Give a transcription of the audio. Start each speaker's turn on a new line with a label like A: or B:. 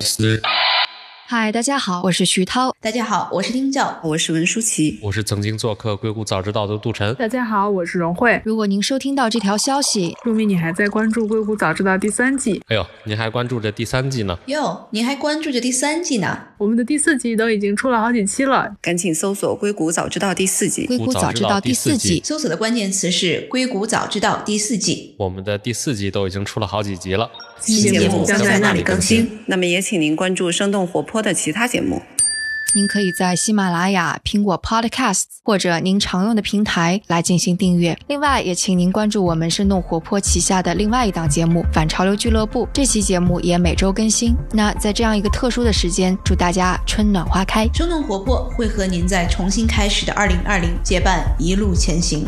A: 斯，
B: 嗨，大家好，我是徐涛。
C: 大家好，我是丁教，
D: 我是文舒淇。
A: 我是曾经做客《硅谷早知道》的杜晨。
E: 大家好，我是荣慧。
B: 如果您收听到这条消息，
E: 说明你还在关注《硅谷早知道》第三季，
A: 哎呦，您还关注这第三季呢？
C: 哟，您还关注着第三季呢？
E: 我们的第四季都已经出了好几期了。
D: 赶紧搜索《硅谷早知道》第四季。
B: 硅谷早知道第四季，
C: 搜索的关键词是《硅谷早知道》第四季。
A: 我们的第四季都已经出了好几集了。
D: 新节目
E: 将
D: 将
E: 在
D: 在
E: 那
D: 那
E: 里
D: 里
E: 更
D: 更
E: 新。
D: 新，那么也请您关注生动活泼的其他节目。
B: 您可以在喜马拉雅、苹果 Podcast 或者您常用的平台来进行订阅。另外，也请您关注我们生动活泼旗下的另外一档节目《反潮流俱乐部》，这期节目也每周更新。那在这样一个特殊的时间，祝大家春暖花开。
C: 生动活泼会和您在重新开始的2020结伴一路前行。